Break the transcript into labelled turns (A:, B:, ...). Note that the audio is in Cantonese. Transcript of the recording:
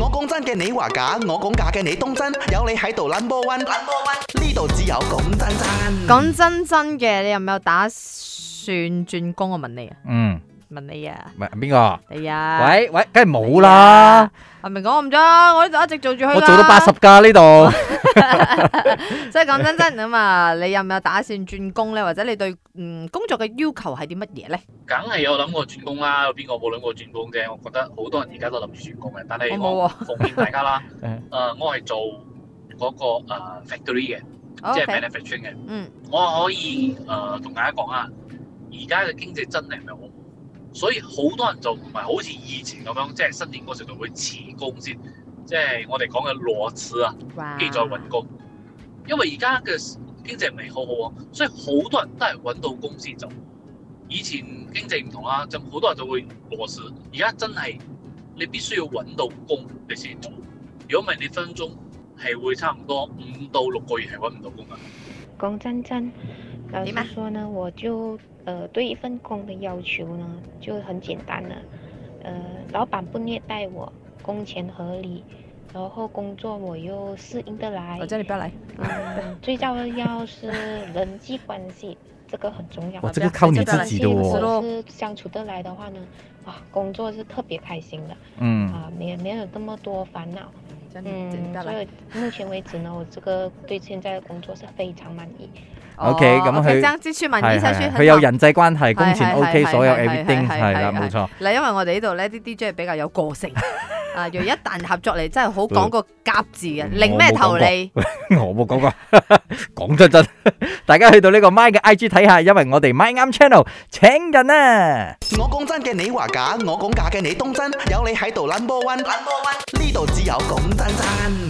A: 我講真嘅你話假，我講假嘅你當真，有你喺度 number one，number one 呢度只有講真
B: 嗯
A: 真。
C: 講真真嘅，你有冇打算轉工？我問你啊，
B: 嗯，
C: 問你啊，
B: 唔係邊個？
C: 你啊，
B: 喂喂，梗係冇
C: 你
B: 啦
C: 啊，，阿明講我唔做啊，我呢度一直做住佢啦
B: 我做到八十，㗎呢 度，。
C: 所以講真真咁啊， 你有冇打算轉工咧？或者你對嗯工作嘅要求係啲乜嘢咧？
D: 梗係有諗過轉工啦，有邊個冇諗過轉工啫？我覺得好多人而家都諗住轉工嘅，但係
C: 我冇啊
D: 我奉勸大家啦
B: 誒
D: 誒、我係做嗰、個、呃 factory 嘅，即係
C: OK，
D: manufacturing 嘅。
C: 嗯，
D: 我可以誒同、大家講啊，而家嘅經濟真係唔係好，所以好多人就唔係好似以前咁樣，即係新年嗰時就會辭工先，即係我哋講嘅裸辭啊。
C: 哇
D: 跟住再揾工。因為而家嘅經濟唔係好好啊，所以好多人都係揾到工先做。以前經濟唔同啦，就好多人就會裸辭。而家真係你必須要揾到工你先做，如果唔係你分分鐘係會差唔多五到六個月係揾唔到工㗎。
E: 龚真真，老
C: 你嘛
E: 实说呢，我就呃对一份工的要求呢就很简单了，呃，老板不虐待我，工钱合理，然后工作我又适应得来
C: 我，哦真係不要嚟，
E: 嗯，最重要是人际关系， 这个很重要
B: 哇，。這個靠你自己的
E: 如
B: 哦，
E: 果是相处得来的话呢，哇，工作是特别开心的
B: 嗯，
E: 啊，没有没有那么多烦恼。
C: 真係
E: 嗯
C: 不，要嚟
E: 所。以目前为止呢，我这个对现在的工作是非常满意。
B: OK，
C: 哦
B: 咁
C: OK，
B: 佢
C: 爭支村民
B: 係
C: 醫生
B: 係，
C: 村
B: 係佢有。人際關係，工
C: 係
B: 錢
C: 係
B: OK，
C: 係
B: 所有
C: 係係
B: everything
C: 係
B: 係啦，
C: 係
B: 冇錯，
C: 嗱，因為我哋呢度咧啲 DJ 比較有個 性啊，若一旦合作嚟，真係好講個夾字嘅，
B: 嗯
C: 擰咩頭你？
B: 我冇講過， 講真 真，大家去到呢個 My 嘅 IG 睇下，因為我哋 My 啱 channel 請人啊。
A: 我講真嘅你話假，我講假嘅你當真，有你喺度 number one，number one 呢度只有講真真。